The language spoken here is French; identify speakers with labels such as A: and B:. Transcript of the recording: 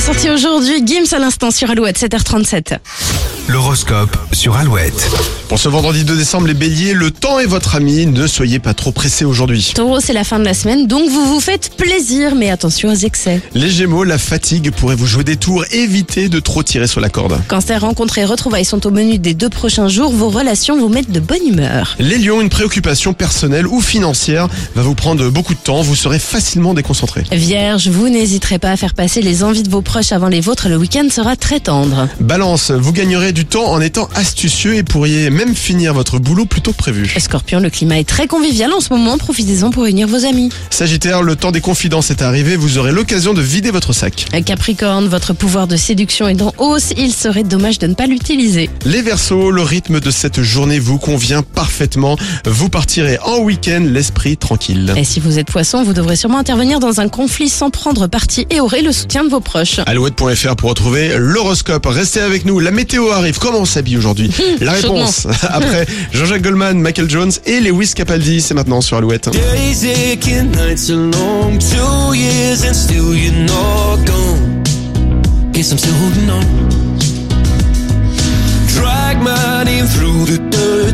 A: sorti aujourd'hui, Gims à l'instant sur Alouette, 7h37.
B: L'horoscope sur Alouette.
C: Pour ce vendredi 2 décembre, les béliers, le temps est votre ami, ne soyez pas trop pressés aujourd'hui.
A: Taureau, c'est la fin de la semaine, donc vous vous faites plaisir, mais attention aux excès.
C: Les gémeaux, la fatigue pourrait vous jouer des tours, évitez de trop tirer sur la corde.
A: Cancer, rencontres et retrouvailles sont au menu des deux prochains jours, vos relations vous mettent de bonne humeur.
C: Les lions, une préoccupation personnelle ou financière va vous prendre beaucoup de temps, vous serez facilement déconcentré.
A: Vierge, vous n'hésiterez pas à faire passer les envies de vos proches avant les vôtres, le week-end sera très tendre.
C: Balance, vous gagnerez du temps en étant astucieux et pourriez même finir votre boulot plus tôt que prévu.
A: Scorpion, le climat est très convivial en ce moment, profitez-en pour réunir vos amis.
C: Sagittaire, le temps des confidences est arrivé, vous aurez l'occasion de vider votre sac.
A: Capricorne, votre pouvoir de séduction est en hausse, il serait dommage de ne pas l'utiliser.
C: Les Verseaux, le rythme de cette journée vous convient parfaitement, vous partirez en week-end l'esprit tranquille.
A: Et si vous êtes poisson, vous devrez sûrement intervenir dans un conflit sans prendre parti et aurez le soutien de vos proches.
C: Alouette.fr pour retrouver l'horoscope. Restez avec nous, la météo arrive. Comment on s'habille aujourd'hui La réponse après Jean-Jacques Goldman, Michael Jones et Lewis Capaldi. C'est maintenant sur Alouette.
D: Days aching, nights are long. Two years and still you're not gone. Guess I'm still holding on. Drag my name through the dirt.